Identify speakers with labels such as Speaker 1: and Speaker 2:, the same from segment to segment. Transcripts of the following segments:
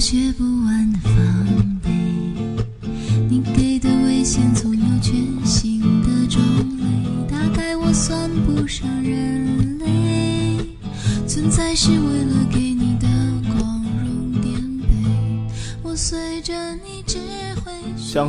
Speaker 1: 学不完的防备，你给的危险总有全新的种类。大概我算不上人类，存在是为了给你的光荣垫背。我随着你只会
Speaker 2: 享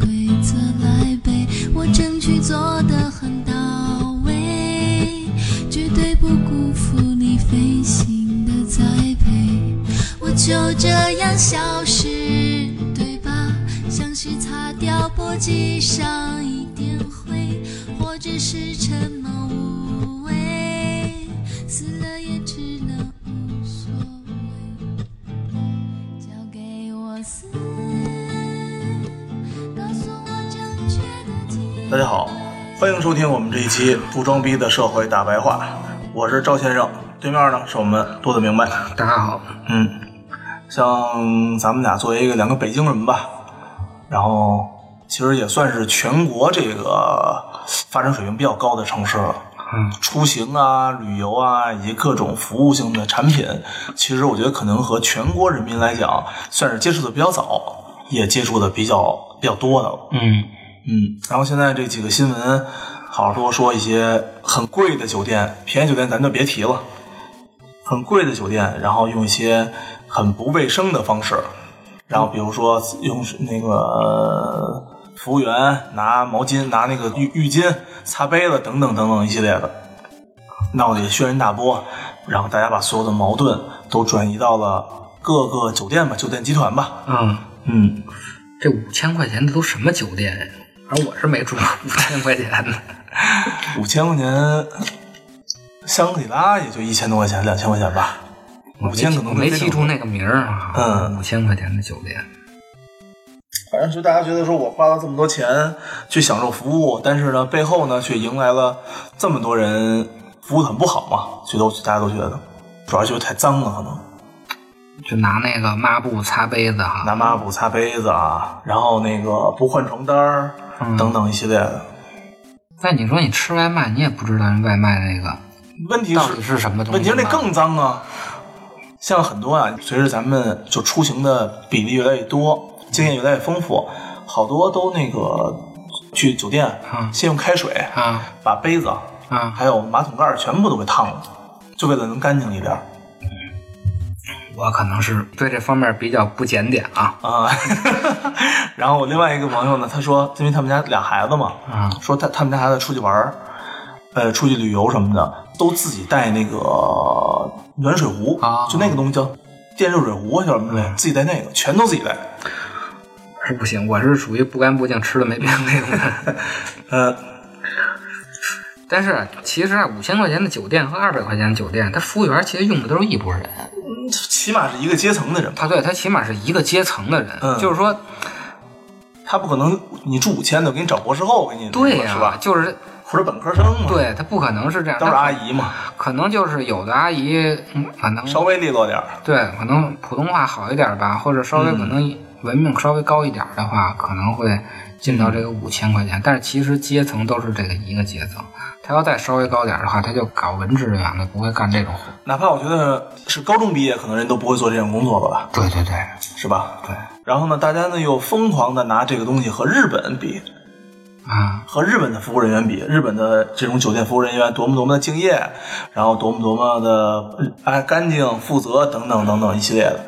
Speaker 1: 规则来背，我争取做得很到位，绝对不辜负你飞行的栽培。我就这样消失，对吧？像是擦掉簸箕上一点灰，或者是沉默无味，死了也只能无所谓。交给我死，告诉我正确的题。
Speaker 2: 大家好，欢迎收听我们这一期不装逼的社会大白话，我是赵先生，对面呢是我们度的明白。
Speaker 3: 大家好，
Speaker 2: 嗯，像咱们俩作为一个两个北京人吧，然后其实也算是全国这个发展水平比较高的城市了。
Speaker 3: 嗯，
Speaker 2: 出行啊、旅游啊，以及各种服务性的产品，其实我觉得可能和全国人民来讲，算是接触的比较早，也接触的比较比较多的了。
Speaker 3: 嗯，
Speaker 2: 嗯，然后现在这几个新闻，好多说一些很贵的酒店，便宜酒店咱就别提了，很贵的酒店，然后用一些很不卫生的方式，然后比如说用那个呃服务员拿毛巾、拿那个浴浴巾擦杯子等等等等一系列的，闹得也轩然大波，然后大家把所有的矛盾都转移到了各个酒店吧，酒店集团吧，
Speaker 3: 啊，
Speaker 2: 嗯，
Speaker 3: 这五千块钱的都什么酒店呀？而我是 没住过五千块钱的，
Speaker 2: 五千块钱，香格里拉也就一千多块钱，两千块钱吧。
Speaker 3: 我
Speaker 2: 五千可
Speaker 3: 我
Speaker 2: 能
Speaker 3: 没
Speaker 2: 非常
Speaker 3: 记住那个名儿啊。
Speaker 2: 嗯
Speaker 3: 五千块钱的酒店，
Speaker 2: 反正就大家觉得说我花了这么多钱去享受服务，但是呢，背后呢却迎来了这么多人服务很不好嘛，觉得大家都觉得，主要就是太脏了，可能
Speaker 3: 就拿那个抹布擦杯子哈。
Speaker 2: 拿抹布擦杯子啊，然后那个不换床单儿、
Speaker 3: 嗯
Speaker 2: 等等一系列的
Speaker 3: 但你说你吃外卖，你也不知道人外卖那个
Speaker 2: 问题
Speaker 3: 到
Speaker 2: 是
Speaker 3: 底是什么东西
Speaker 2: 问
Speaker 3: 吧。
Speaker 2: 题是那更脏啊！像很多啊，随着咱们就出行的比例越来越多，经验越来越丰富，好多都那个去酒店、
Speaker 3: 嗯
Speaker 2: 先用开水
Speaker 3: 啊
Speaker 2: 把杯子
Speaker 3: 啊！
Speaker 2: 还有马桶盖儿全部都给烫了，就为了能干净一点儿
Speaker 3: 我可能是对这方面比较不检点啊
Speaker 2: 啊。 然后我另外一个朋友呢，他说，因为他们家俩孩子嘛，
Speaker 3: 啊
Speaker 2: 说他他们家孩子出去玩儿，呃，出去旅游什么的，都自己带那个暖水壶，
Speaker 3: 啊
Speaker 2: 就那个东西叫电热水壶啊叫什么的，自己带那个，全都自己带。
Speaker 3: 是不行，我是属于不干不净吃了没病那 种人。
Speaker 2: 呃，
Speaker 3: 但是其实啊，五千块钱的酒店和二百块钱的酒店，它服务员其实用的都是一拨人。
Speaker 2: 起码是一个阶层的人，
Speaker 3: 他对他起码是一个阶层的人，
Speaker 2: 嗯
Speaker 3: 就是说，
Speaker 2: 他不可能你住五千的，我给你找博士后，给你
Speaker 3: 对呀、
Speaker 2: 是吧？
Speaker 3: 就是
Speaker 2: 或者本科生嘛，，
Speaker 3: 对他不可能是这样，
Speaker 2: 都是
Speaker 3: 他
Speaker 2: 阿姨嘛，
Speaker 3: 可能就是有的阿姨，嗯，可能
Speaker 2: 稍微利落点儿。
Speaker 3: 对，可能普通话好一点吧，或者稍
Speaker 2: 嗯
Speaker 3: 微可能文明稍微高一点的话，可能会进到这个五千块钱，但是其实阶层都是这个一个阶层，他要再稍微高点的话，他就搞文职人员了，不会干这种活。
Speaker 2: 哪怕我觉得是高中毕业，可能人都不会做这种工作了吧，
Speaker 3: 对对对
Speaker 2: 是吧？
Speaker 3: 对
Speaker 2: 然后呢，大家呢又疯狂的拿这个东西和日本比，
Speaker 3: 啊，
Speaker 2: 和日本的服务人员比，日本的这种酒店服务人员多么多么的敬业，然后多么多么的哎干净、负责等等等等一系列的。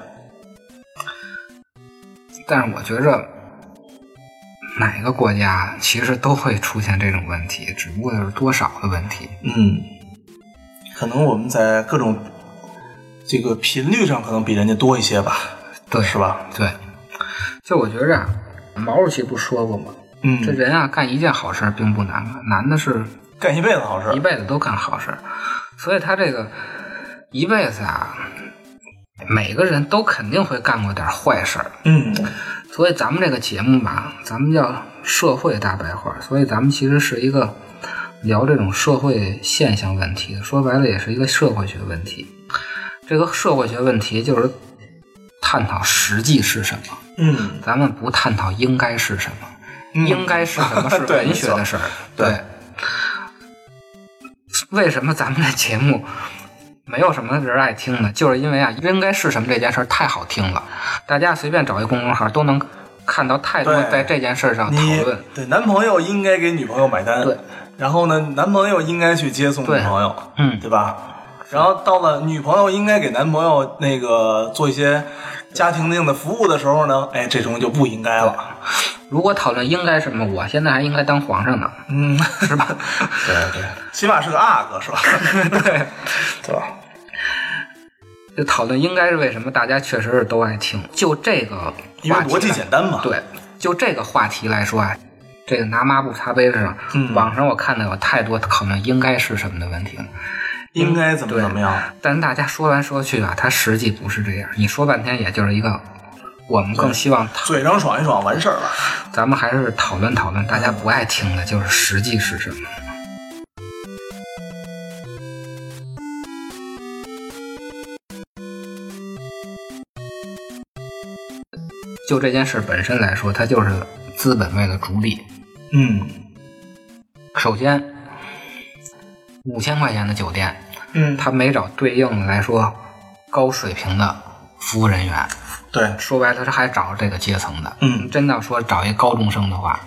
Speaker 3: 但是我觉着哪个国家其实都会出现这种问题，只不过就是多少的问题。
Speaker 2: 嗯，可能我们在各种这个频率上可能比人家多一些吧，
Speaker 3: 对，
Speaker 2: 是吧？
Speaker 3: 对，就我觉着啊，毛主席不说过吗？
Speaker 2: 嗯，
Speaker 3: 这人啊，干一件好事儿并不难，啊难的是
Speaker 2: 干一辈子好事
Speaker 3: 一
Speaker 2: 儿。
Speaker 3: 辈子都干好事儿。所以他这个一辈子啊，每个人都肯定会干过点坏事儿。
Speaker 2: 嗯，
Speaker 3: 所以咱们这个节目吧，咱们叫社会大白话，所以咱们其实是一个聊这种社会现象问题的，说白了也是一个社会学问题。这个社会学问题就是探讨实际是什么，
Speaker 2: 嗯，
Speaker 3: 咱们不探讨应该是什么。应该是什么是
Speaker 2: 对
Speaker 3: 文学的事儿。
Speaker 2: 没错
Speaker 3: 对，为什么咱们这节目没有什么人爱听呢？就是因为啊，应该是什么这件事儿太好听了，大家随便找一公众号都能看到太多
Speaker 2: 对
Speaker 3: 在这件事上讨
Speaker 2: 你
Speaker 3: 论。
Speaker 2: 对男朋友应该给女朋友买单，
Speaker 3: 对，
Speaker 2: 然后呢，男朋友应该去接送女朋友，
Speaker 3: 嗯，
Speaker 2: 对吧？然后到了女朋友应该给男朋友那个做一些家庭性的服务的时候呢，哎，这种就不应该了，
Speaker 3: 如果讨论应该什么，我现在还应该当皇 上呢，
Speaker 2: 嗯，
Speaker 3: 是吧？对对。
Speaker 2: 起码是个阿哥是吧？ 对，对吧？
Speaker 3: 就讨论应该是为什么，大家确实是都爱听。就这个话题
Speaker 2: 因为
Speaker 3: 来，
Speaker 2: 逻辑简单嘛，
Speaker 3: 对，就这个话题来说啊，这个拿抹布擦杯子上，
Speaker 2: 嗯
Speaker 3: 网上我看到有太多讨论应该是什么的问题了，
Speaker 2: 应该怎么怎么样，
Speaker 3: 但是大家说来说去啊，它实际不是这样。你说半天，也就是一个，我们更希望讨
Speaker 2: 嘴上爽一爽完事儿了。
Speaker 3: 咱们还是讨论讨论大家不爱听的，就是实际是什么。就这件事本身来说，它就是资本为了逐利，
Speaker 2: 嗯
Speaker 3: 首先，五千块钱的酒店，
Speaker 2: 嗯，
Speaker 3: 他没找对应的来说高水平的服务人员，
Speaker 2: 对，
Speaker 3: 说白了他还找这个阶层的。
Speaker 2: 嗯
Speaker 3: 真要说找一高中生的话，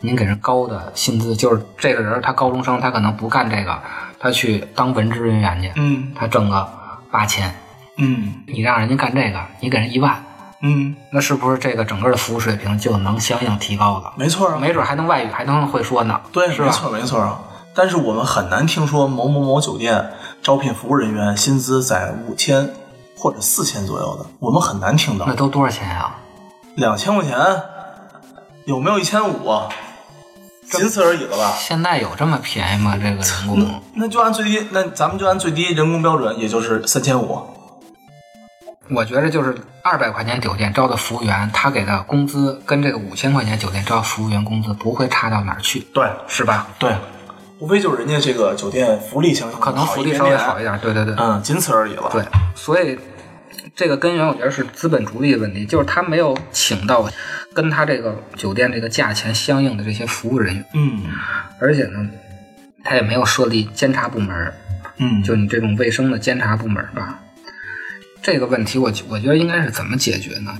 Speaker 3: 您给人高的薪资，就是这个人他高中生，他可能不干这个，他去当文职人员去，
Speaker 2: 嗯
Speaker 3: 他挣个八千，
Speaker 2: 嗯
Speaker 3: 你让人家干这个，你给人一万，
Speaker 2: 嗯，
Speaker 3: 那是不是这个整个的服务水平就能相应提高了？
Speaker 2: 没错啊，
Speaker 3: 没准还能外语，还能会说呢，
Speaker 2: 对，
Speaker 3: 是
Speaker 2: 没
Speaker 3: 吧？
Speaker 2: 错没错啊。但是我们很难听说某某某酒店招聘服务人员薪资在五千或者四千左右的，我们很难听到
Speaker 3: 那。都多少钱啊呀、
Speaker 2: 两千块钱有没有一千五啊？仅此而已了吧？
Speaker 3: 现在有这么便宜吗？这个人工
Speaker 2: 那，那就按最低，那咱们就按最低人工标准，也就是三千五。
Speaker 3: 我觉着就是二百块钱酒店招的服务员，他给的工资跟这个五千块钱酒店招服务员工资不会差到哪儿去，
Speaker 2: 对
Speaker 3: 是吧？
Speaker 2: 对，无非就是人家这个酒店福利相应
Speaker 3: 可能福利稍微好一点，对对对，
Speaker 2: 嗯，仅此而已了。
Speaker 3: 对，所以这个根源我觉得是资本逐利的问题，就是他没有请到跟他这个酒店这个价钱相应的这些服务人员，
Speaker 2: 嗯
Speaker 3: 而且呢，他也没有设立监察部门儿，
Speaker 2: 嗯，
Speaker 3: 就你这种卫生的监察部门吧。这个问题我觉，我觉得应该是怎么解决呢？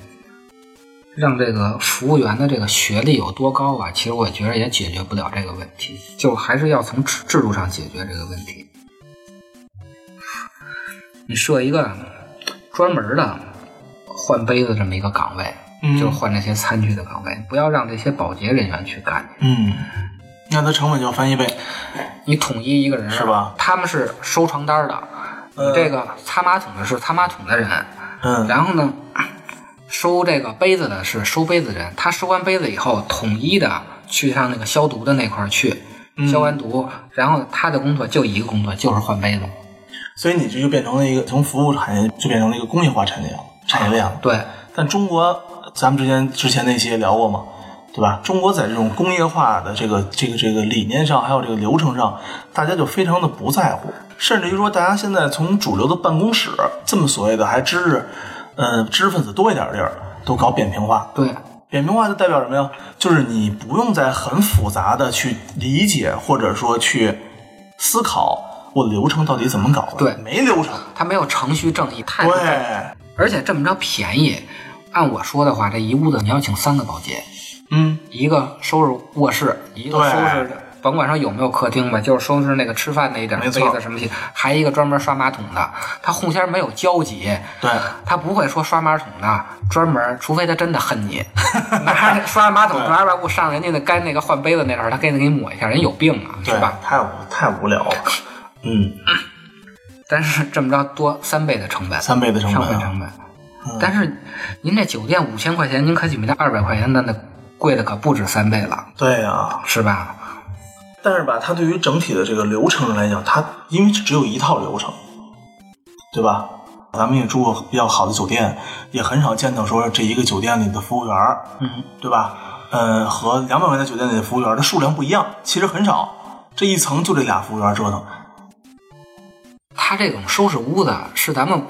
Speaker 3: 让这个服务员的这个学历有多高啊？其实我觉得也解决不了这个问题，就还是要从制制度上解决这个问题。你设一个专门的换杯子这么一个岗位，
Speaker 2: 嗯
Speaker 3: 就是换这些餐具的岗位，不要让这些保洁人员去干。
Speaker 2: 嗯，那它成本就要翻一倍。
Speaker 3: 你统一一个人啊
Speaker 2: 是吧
Speaker 3: 他们是收床单的，
Speaker 2: 呃
Speaker 3: 你这个擦马桶的是擦马桶的人，
Speaker 2: 嗯，
Speaker 3: 然后呢，收这个杯子的是收杯子人，他收完杯子以后，统一的去上那个消毒的那块儿去、
Speaker 2: 嗯
Speaker 3: 消完毒，然后他的工作就一个工作，就是换杯子。
Speaker 2: 所以你这就变成了一个从服务产业就变成了一个工业化产业了产业链了。
Speaker 3: 对，
Speaker 2: 但中国，咱们之前之前那期也聊过嘛，对吧？中国在这种工业化的这个这个这个理念上，还有这个流程上，大家就非常的不在乎，甚至于说，大家现在从主流的办公室这么所谓的还知识，嗯，知识分子多一点地儿，都搞扁平化。
Speaker 3: 对，
Speaker 2: 扁平化就代表什么呀？就是你不用再很复杂的去理解，或者说去思考我流程到底怎么搞的。
Speaker 3: 对
Speaker 2: 没流程。
Speaker 3: 他没有程序正义，太不正义
Speaker 2: 对，
Speaker 3: 而且这么着便宜，按我说的话，这一屋子你要请三个保洁，
Speaker 2: 嗯，
Speaker 3: 一个收拾卧室，一个
Speaker 2: 对
Speaker 3: 收拾，甭管说有没有客厅吧，就是收拾那个吃饭那一点儿
Speaker 2: 没
Speaker 3: 杯
Speaker 2: 错
Speaker 3: 子什么的，还一个专门刷马桶的，他互相没有交集，
Speaker 2: 对，
Speaker 3: 他不会说刷马桶的专门，除非他真的恨你， 拿着刷马桶拿着把布上人家那该那个换杯子那儿，他给你给你抹一下，人有病啊，是
Speaker 2: 对
Speaker 3: 吧？？
Speaker 2: 太无太无聊了。嗯，
Speaker 3: 但是这么着多三倍的成本，
Speaker 2: 三倍的成本啊
Speaker 3: 上
Speaker 2: 嗯
Speaker 3: 倍成本。但是您这酒店五千块钱，您可比那二百块钱那那贵的可不止三倍了，
Speaker 2: 对呀、
Speaker 3: 是吧？
Speaker 2: 但是吧，它对于整体的这个流程上来讲，它因为只有一套流程，对吧？咱们也住过比较好的酒店，也很少见到说这一个酒店里的服务员，嗯，对吧？呃，和两百块钱酒店里的服务员的数量不一样，其实很少。这一层就这俩服务员折腾。
Speaker 3: 他这种收拾屋子是咱们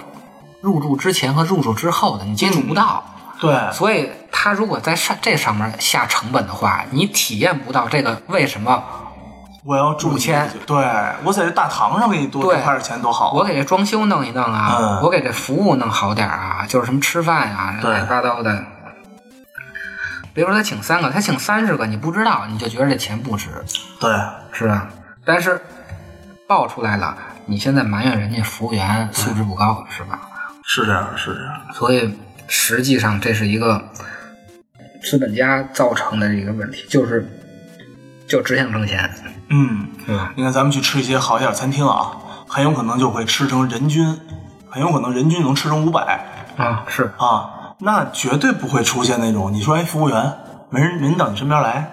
Speaker 3: 入住之前和入住之后的，你接触不到。
Speaker 2: 对，
Speaker 3: 所以他如果在上这上面下成本的话，你体验不到这个为什么
Speaker 2: 我要住
Speaker 3: 五千
Speaker 2: 进去对我在这大堂上给你多
Speaker 3: 对
Speaker 2: 多花点钱多好。啊
Speaker 3: 我给这装修弄一弄啊，
Speaker 2: 嗯
Speaker 3: 我给这服务弄好点儿啊，就是什么吃饭呀、
Speaker 2: 对
Speaker 3: 乱七八糟的。别说他请三个，他请三十个，你不知道，你就觉得这钱不值，
Speaker 2: 对，
Speaker 3: 是吧？但是爆出来了，你现在埋怨人家服务员素质不高，是吧？
Speaker 2: 是这样，是这样。
Speaker 3: 所以实际上这是一个资本家造成的一个问题，就是就只想挣钱，
Speaker 2: 嗯，
Speaker 3: 对吧？
Speaker 2: 你看咱们去吃一些好一点餐厅啊，很有可能就会吃成人均，很有可能人均能吃成五百
Speaker 3: 啊，是
Speaker 2: 啊，那绝对不会出现那种你说哎服务员没人没人到你身边来，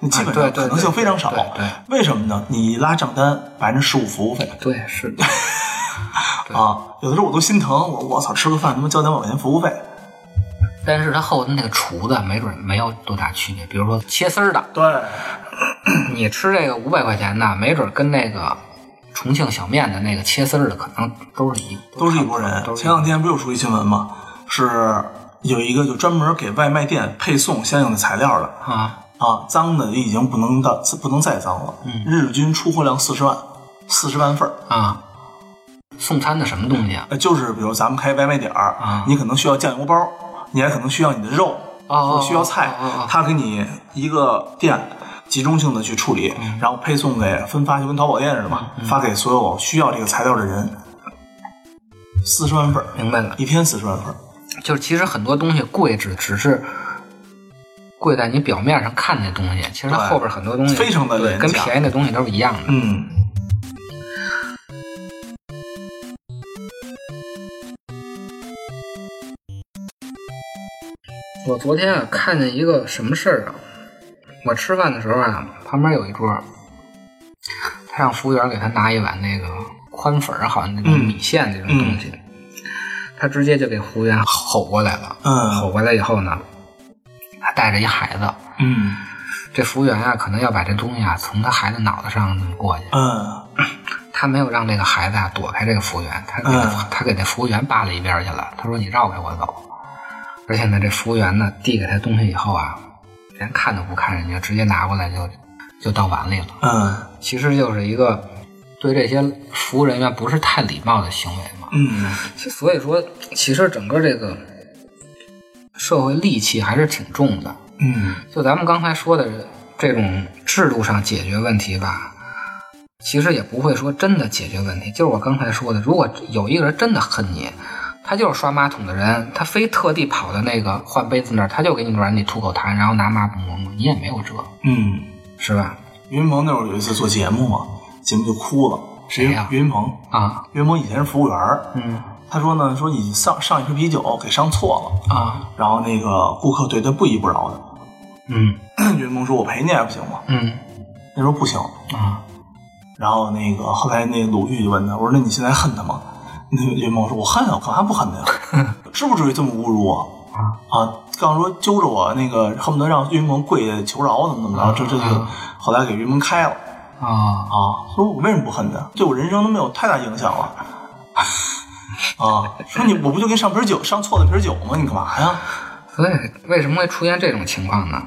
Speaker 2: 那基本
Speaker 3: 啊对
Speaker 2: 上
Speaker 3: 对
Speaker 2: 可能性非常少。
Speaker 3: 对对
Speaker 2: 为什么呢？你拉账单百分之十五服务费
Speaker 3: 对 是，对
Speaker 2: 啊，有的时候我都心疼，我我操吃个饭他妈交两百块钱服务费。
Speaker 3: 但是他后头那个厨子没准没有多大区别，比如说切丝儿 的，
Speaker 2: 对，
Speaker 3: 你吃这个五百块钱的，没准跟那个重庆小面的那个切丝儿的可能都是一
Speaker 2: 都是一拨人
Speaker 3: 都。是一
Speaker 2: 前两天不有出一新闻吗？是有一个就专门给外卖店配送相应的材料的
Speaker 3: 啊，
Speaker 2: 啊，脏的已经不能的不能再脏了，
Speaker 3: 嗯
Speaker 2: 日均出货量四十万，四十万份儿。
Speaker 3: 啊，送餐的什么东西啊？
Speaker 2: 呃，就是比如咱们开外卖点儿，
Speaker 3: 啊
Speaker 2: 你可能需要酱油包，你还可能需要你的肉，
Speaker 3: 哦
Speaker 2: 或需要菜，
Speaker 3: 哦哦哦
Speaker 2: 他给你一个店集中性的去处理，
Speaker 3: 嗯
Speaker 2: 然后配送给分发，就跟淘宝店似的嘛，发给所有需要这个材料的人，四十万份儿，
Speaker 3: 明白了，
Speaker 2: 一天四十万份儿，
Speaker 3: 就是其实很多东西贵只只是贵在你表面上看那东西，其实它
Speaker 2: 对
Speaker 3: 后边很多东西
Speaker 2: 非常的
Speaker 3: 对
Speaker 2: 廉
Speaker 3: 跟
Speaker 2: 价
Speaker 3: 便宜的东西都是一样的。
Speaker 2: 嗯。
Speaker 3: 我昨天啊看见一个什么事儿啊，我吃饭的时候啊，旁边有一桌，他让服务员给他拿一碗那个宽粉儿，好像那种
Speaker 2: 嗯
Speaker 3: 米线这种东西，他直接就给服务员吼过来了。
Speaker 2: 嗯
Speaker 3: 吼过来以后呢，他带着一孩子，
Speaker 2: 嗯
Speaker 3: 这服务员啊可能要把这东西啊从他孩子脑袋上那么过去，
Speaker 2: 嗯
Speaker 3: 他没有让这个孩子啊躲开这个服务员，他给、
Speaker 2: 嗯
Speaker 3: 他给那服务员扒了一边去了。他说：“你绕开我走。”而且呢，这服务员呢递给他东西以后啊，连看都不看人家，直接拿过来就就到碗里了。
Speaker 2: 嗯
Speaker 3: 其实就是一个对这些服务人员不是太礼貌的行为嘛。
Speaker 2: 嗯，
Speaker 3: 其所以说，其实整个这个社会戾气还是挺重的。
Speaker 2: 嗯
Speaker 3: 就咱们刚才说的这种制度上解决问题吧，其实也不会说真的解决问题。就是我刚才说的，如果有一个人真的恨你，他就是刷马桶的人，他非特地跑到那个换杯子那儿，他就给你软你吐口痰，然后拿马桶抹抹，你也没有辙，
Speaker 2: 嗯，
Speaker 3: 是吧？
Speaker 2: 岳云鹏那会儿有一次做节目嘛，节目就哭了。
Speaker 3: 谁呀
Speaker 2: 岳云鹏，
Speaker 3: 啊，
Speaker 2: 岳云鹏以前是服务员儿，
Speaker 3: 嗯
Speaker 2: 他说呢，说你上上一瓶啤酒给上错了，
Speaker 3: 啊，
Speaker 2: 然后那个顾客对他不依不饶的。
Speaker 3: 嗯
Speaker 2: 岳云鹏说：“我赔你还不行吗
Speaker 3: 嗯？”
Speaker 2: 他说：“不行。
Speaker 3: 啊，”
Speaker 2: 然后那个后来那鲁豫就问他：“我说那你现在恨他吗？” 那岳云鹏说：“我恨啊，我干嘛不恨他 呀？至不至于这么侮辱我
Speaker 3: 啊
Speaker 2: 啊！刚说揪着我那个恨不得让岳云鹏跪下求饶怎么怎么着，这这就
Speaker 3: 啊
Speaker 2: 后来给岳云鹏开了
Speaker 3: 啊，
Speaker 2: 啊，说我为什么不恨他？对我人生都没有太大影响了。” 啊，说你我不就跟上瓶酒上错了瓶酒吗？你干嘛呀？
Speaker 3: 所以为什么会出现这种情况呢？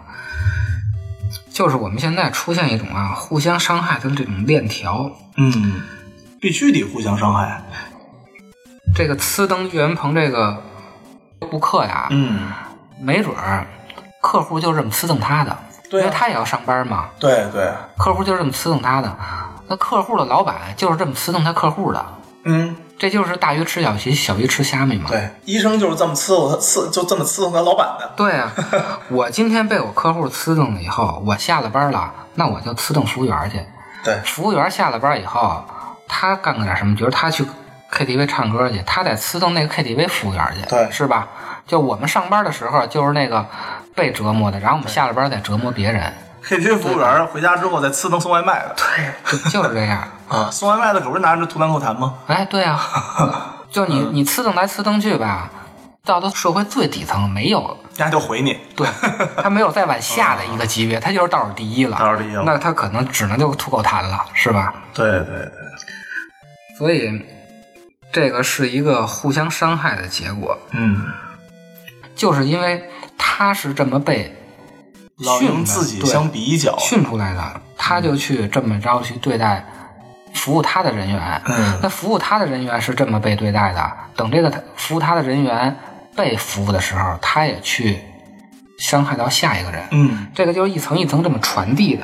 Speaker 3: 就是我们现在出现一种啊互相伤害的这种链条，
Speaker 2: 嗯，必须得互相伤害。
Speaker 3: 这个呲登岳云鹏这个顾客呀，
Speaker 2: 嗯，
Speaker 3: 没准儿客户就这么呲瞪他的，
Speaker 2: 对啊
Speaker 3: 因为他也要上班嘛，
Speaker 2: 对对，
Speaker 3: 客户就这么呲瞪他的，那客户的老板就是这么呲瞪他客户的，
Speaker 2: 嗯，
Speaker 3: 这就是大鱼吃小鱼，小鱼吃虾米嘛。
Speaker 2: 对，医生就是这么伺候他，伺就这么伺候他老板的。
Speaker 3: 对 啊，我今天被我客户呲瞪了以后，我下了班了，那我就呲瞪服务员去。
Speaker 2: 对，
Speaker 3: 服务员下了班以后，啊他干了点什么？比如他去 KTV 唱歌去，他得呲瞪那个 KTV 服务员去，
Speaker 2: 对
Speaker 3: 是吧？就我们上班的时候啊就是那个被折磨的，然后我们下了班再折磨别 人，
Speaker 2: KTV 服务员回家之后再伺能送外卖的。
Speaker 3: 就就是这样。
Speaker 2: 啊，送外卖的可不是拿着吐痰口痰吗？
Speaker 3: 哎，对
Speaker 2: 嗯
Speaker 3: 啊，就你你呲瞪来呲瞪去吧，到了社会最底层没有
Speaker 2: 人家就回你。
Speaker 3: 对，他没有再往下的一个级别，他就是倒数第一了。
Speaker 2: 嗯倒数第一了
Speaker 3: 那他可能只能就吐口痰了，是吧？
Speaker 2: 对对对，
Speaker 3: 所以这个是一个互相伤害的结果，
Speaker 2: 嗯，
Speaker 3: 就是因为他是这么被
Speaker 2: 老
Speaker 3: 训
Speaker 2: 用
Speaker 3: 的
Speaker 2: 自己
Speaker 3: 对
Speaker 2: 相比较，
Speaker 3: 训出来的，他就去这么着去对待服务他的人员。
Speaker 2: 嗯
Speaker 3: 那服务他的人员是这么被对待的，等这个他服务他的人员被服务的时候，他也去伤害到下一个人。
Speaker 2: 嗯
Speaker 3: 这个就是一层一层这么传递的。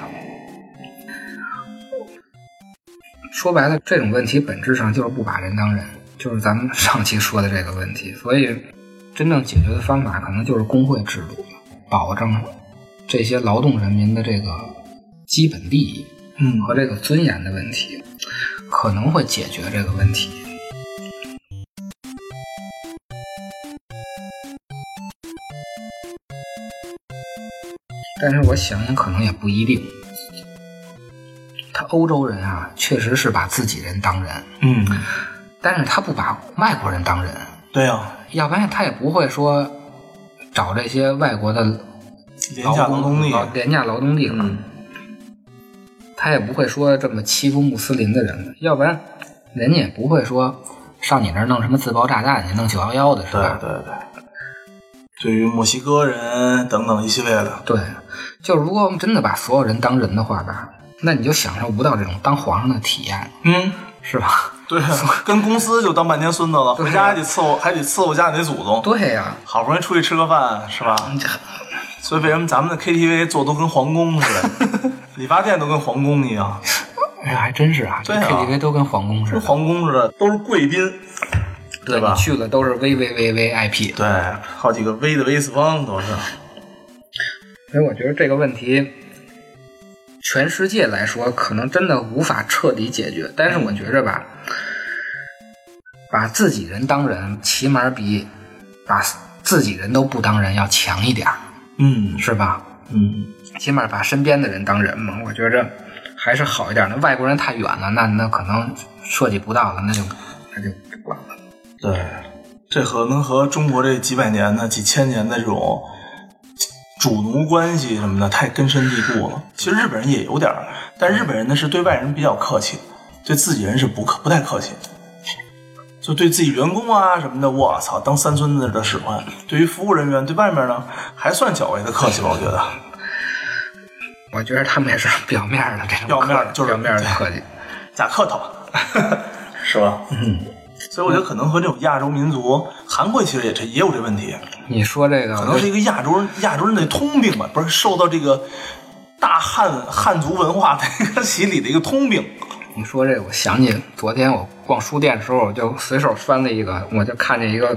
Speaker 3: 说白了，这种问题本质上就是不把人当人，就是咱们 上期说的这个问题。所以，真正解决的方法可能就是工会制度，保证这些劳动人民的这个基本利益
Speaker 2: 嗯，
Speaker 3: 和这个尊严的问题，可能会解决这个问题。但是我想想，可能也不一定。他欧洲人啊，确实是把自己人当人，
Speaker 2: 嗯，
Speaker 3: 但是他不把外国人当人，
Speaker 2: 对啊呀、
Speaker 3: 要不然他也不会说找这些外国的
Speaker 2: 廉价劳动力，
Speaker 3: 劳廉价劳动力了。
Speaker 2: 嗯
Speaker 3: 他也不会说这么欺负穆斯林的人，要不然人家也不会说上你那儿弄什么自爆炸弹，你弄九幺幺的是
Speaker 2: 对
Speaker 3: 吧？
Speaker 2: 对对，对于墨西哥人等等一系列的，
Speaker 3: 对，就如果我们真的把所有人当人的话吧，那你就享受不到这种当皇上的体验，
Speaker 2: 嗯，
Speaker 3: 是吧？
Speaker 2: 对 啊，跟公司就当半天孙子了，回家还得伺候，还得伺候家里那祖宗。
Speaker 3: 对呀、
Speaker 2: 好不容易出去吃个饭是吧？ 所以为什么咱们的 KTV 做都跟皇宫似 的，理发店都跟皇宫一样，
Speaker 3: 哎呀，还真是啊，这
Speaker 2: 对啊
Speaker 3: KTV 都跟皇宫似
Speaker 2: 跟
Speaker 3: 的，
Speaker 2: 皇宫似的，都是贵宾，对吧
Speaker 3: 你？去了都是 V V V V I P。
Speaker 2: 对，好几个 V 的 V 次方都是。
Speaker 3: 所以我觉得这个问题，全世界来说可能真的无法彻底解决。但是我觉着吧，
Speaker 2: 嗯
Speaker 3: 把自己人当人，起码比把自己人都不当人要强一点儿，
Speaker 2: 嗯
Speaker 3: 是吧？
Speaker 2: 嗯，
Speaker 3: 起码把身边的人当人嘛，我觉着还是好一点儿。那外国人太远了，那那可能涉及不到了，那就那就不管了。
Speaker 2: 对，这可能和中国这几百年的、几千年的这种主奴关系什么的太根深蒂固了。其实日本人也有点儿，但日本人呢是对外人比较客气，对自己人是不客不太客气。就对自己员工啊什么的，我操，当三孙子的使唤。对于服务人员，对外面呢还算较为的客气吧，我觉得。
Speaker 3: 我觉得他们也是 表面儿的这种
Speaker 2: 表面儿
Speaker 3: 客气
Speaker 2: 就是
Speaker 3: 表面儿的客气。
Speaker 2: 假客套， 是吧？嗯。所以我觉得可能和这种亚洲民族，韩国其实也这也有这问题，
Speaker 3: 你说这个，
Speaker 2: 可能是一个亚洲人亚洲人的通病吧，不是受到这个大汉汉族文化的一个洗礼的一个通病。
Speaker 3: 你说这，我想起昨天我逛书店的时候，我就随手翻了一个，我就看见一个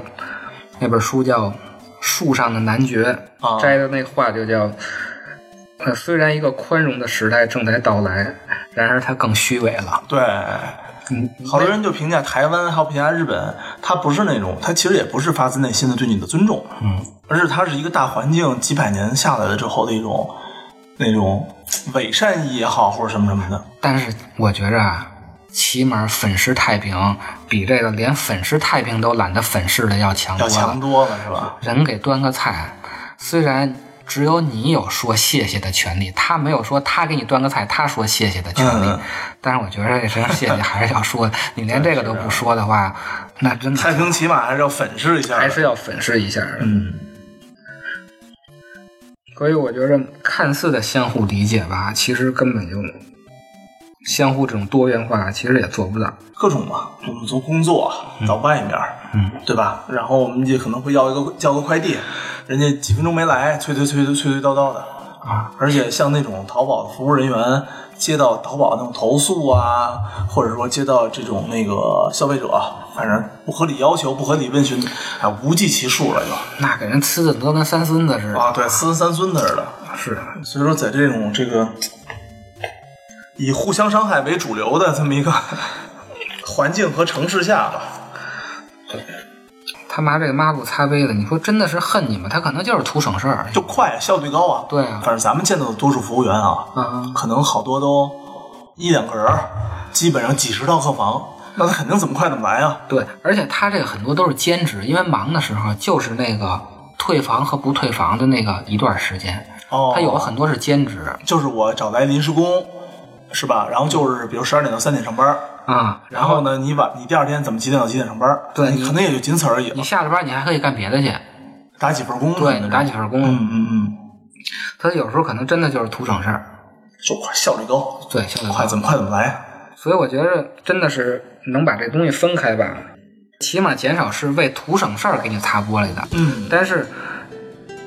Speaker 3: 那本书叫《树上的男爵》，
Speaker 2: 啊
Speaker 3: 摘的那话就叫。呃，虽然一个宽容的时代正在到来，然而它更虚伪了。
Speaker 2: 对，
Speaker 3: 嗯，
Speaker 2: 好多人就评价台湾，还有评价日本，它不是那种，它其实也不是发自内心的对你的尊重，
Speaker 3: 嗯，
Speaker 2: 而是它是一个大环境几百年下来了之后的一种那种嗯伪善意也好，或者什么什么的。
Speaker 3: 但是我觉着啊，起码粉饰太平比这个连粉饰太平都懒得粉饰的要强多
Speaker 2: 要
Speaker 3: 了。
Speaker 2: 强多了是吧？
Speaker 3: 人给端个菜，虽然只有你有说谢谢的权利，他没有说他给你端个菜，他说谢谢的权利。
Speaker 2: 嗯
Speaker 3: 但是我觉得这声谢谢 还是要说，你连这个都不说的话，那真
Speaker 2: 太
Speaker 3: 的
Speaker 2: 平起码还是要粉饰一下的，
Speaker 3: 还是要粉饰一下的。
Speaker 2: 嗯
Speaker 3: 所以我觉着，看似的相互理解吧，其实根本就相互这种多元化，其实也做不到。
Speaker 2: 各种嘛，我们从工作到外面，
Speaker 3: 嗯，
Speaker 2: 对吧？然后我们也可能会要一个叫个快递，人家几分钟没来，催催催催催催叨叨的
Speaker 3: 啊。
Speaker 2: 而且像那种淘宝的服务人员接到淘宝那种投诉啊，或者说接到这种那个消费者，啊反正不合理要求、不合理问询，哎，无计其数了就
Speaker 3: 那给人呲的都跟三孙子似的。
Speaker 2: 啊，对，私三孙子似的。
Speaker 3: 是的
Speaker 2: 所以说，在这种这个以互相伤害为主流的这么一个 环境和城市下吧，
Speaker 3: 他妈这个抹布擦杯子，你说真的是恨你吗？他可能就是图省事儿而已。
Speaker 2: 就快，效率高啊。
Speaker 3: 对啊
Speaker 2: 反正咱们见到的多数服务员啊，
Speaker 3: 啊，
Speaker 2: 可能好多都一两个人儿，基本上几十套客房，那他肯定怎么快怎么来啊。
Speaker 3: 对，而且他这个很多都是兼职，因为忙的时候就是那个退房和不退房的那个一段时间，
Speaker 2: 哦，
Speaker 3: 他有很多是兼职
Speaker 2: 就是我找来临时工，是吧？然后就是比如十二点到三点上班，
Speaker 3: 啊、
Speaker 2: 然后呢，你晚你第二天怎么几点到几点上班？
Speaker 3: 对
Speaker 2: 你
Speaker 3: 你
Speaker 2: 可能也就仅此而已了
Speaker 3: 你，下了班你还可以干别的去，
Speaker 2: 打几份工什么的，
Speaker 3: 对，你打几份工，
Speaker 2: 嗯嗯嗯，
Speaker 3: 他有时候可能真的就是图省事儿，
Speaker 2: 就快效率高，
Speaker 3: 对，效率高
Speaker 2: 哦快怎么快怎么来，
Speaker 3: 所以我觉得真的是能把这东西分开吧，起码减少是为图省事儿给你擦玻璃的，
Speaker 2: 嗯，
Speaker 3: 但是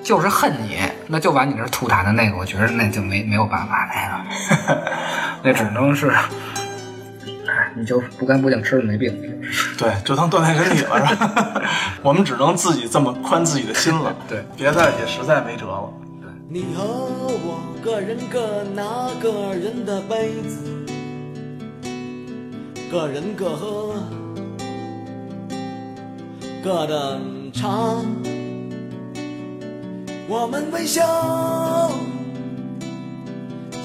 Speaker 3: 就是恨你，那就往你这儿吐痰的那个，我觉得那就没没有办法那个， 那只能是，哎，你就不干不净吃了没病。
Speaker 2: 对，就当锻炼身体了，是吧？ 我们只能自己这么宽自己的心了，
Speaker 3: 对，
Speaker 2: 别的也实在没辙了。
Speaker 4: 你和我各人各拿各人的杯子，各人各喝各的茶。我们微笑，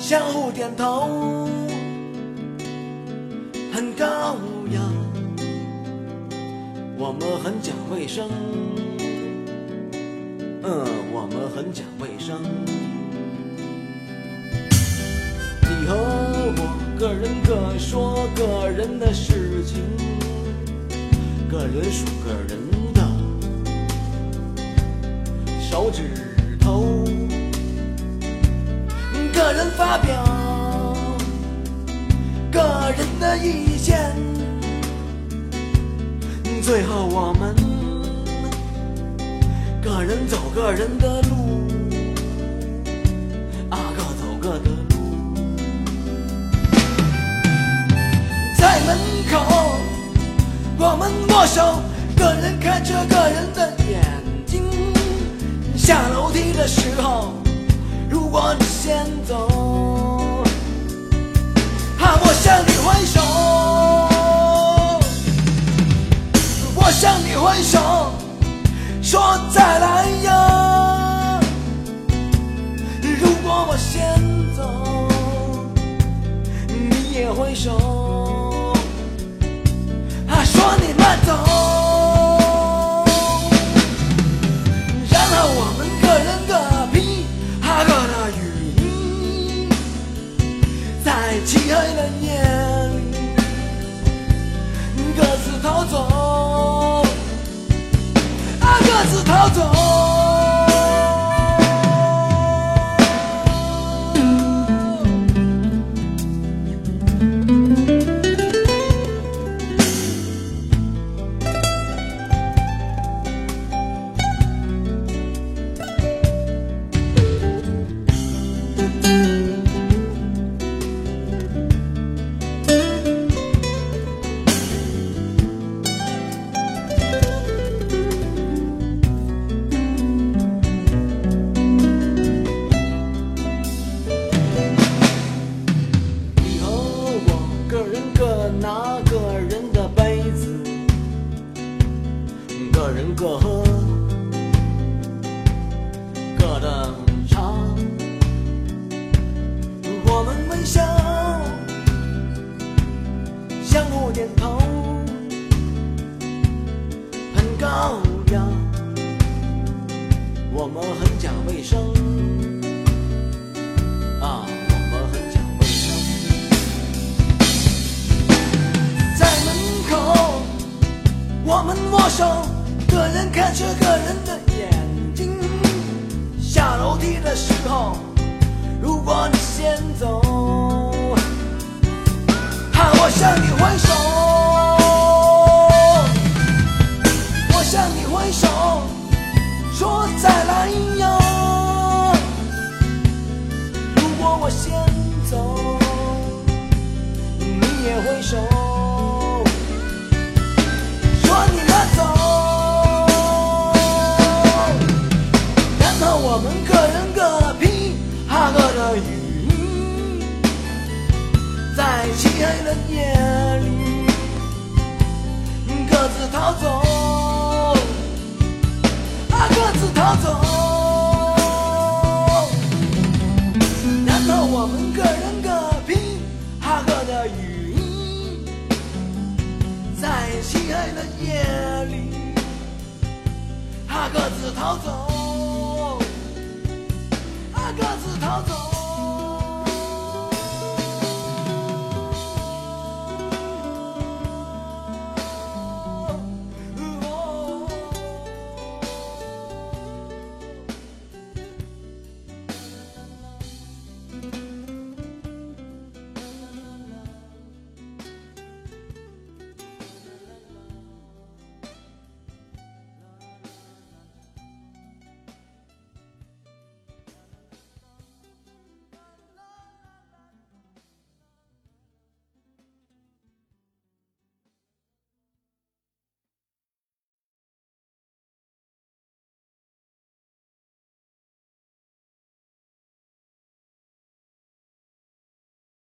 Speaker 4: 相互点头，很高雅。我们很讲卫生。嗯，我们很讲卫生。你和我各人各说各人的事情，各人数各人的手指头，个人发表个人的意见，最后我们。个人走个人的路，啊，各走各的路。在门口，我们握手，个人看着个人的眼睛。下楼梯的时候，如果你先走，啊，我向你挥手，我向你挥手。说再来呀。如果我先走，你也挥手，啊，说你慢走。然后我们各人各披哈各的雨衣，在漆黑的夜里各自逃走。啊，各自逃走。你和我各人各拿各人的杯子，各人各喝各的茶。我们微笑，相互点头，很高雅。我们很讲卫生啊，我们很讲卫生。在门口，我们握手，个人看着个人的眼睛。下楼梯的时候，如果你先走，喊我向你挥手，我向你挥手，说再来呀。如果我先走。你也挥手，说你慢走。然后我们各人各披哈各的雨衣，在漆黑的夜里各自逃走，啊，各自逃走。然后我们各人各披哈各的雨衣，在漆黑的夜里，哈各自逃走。Oh,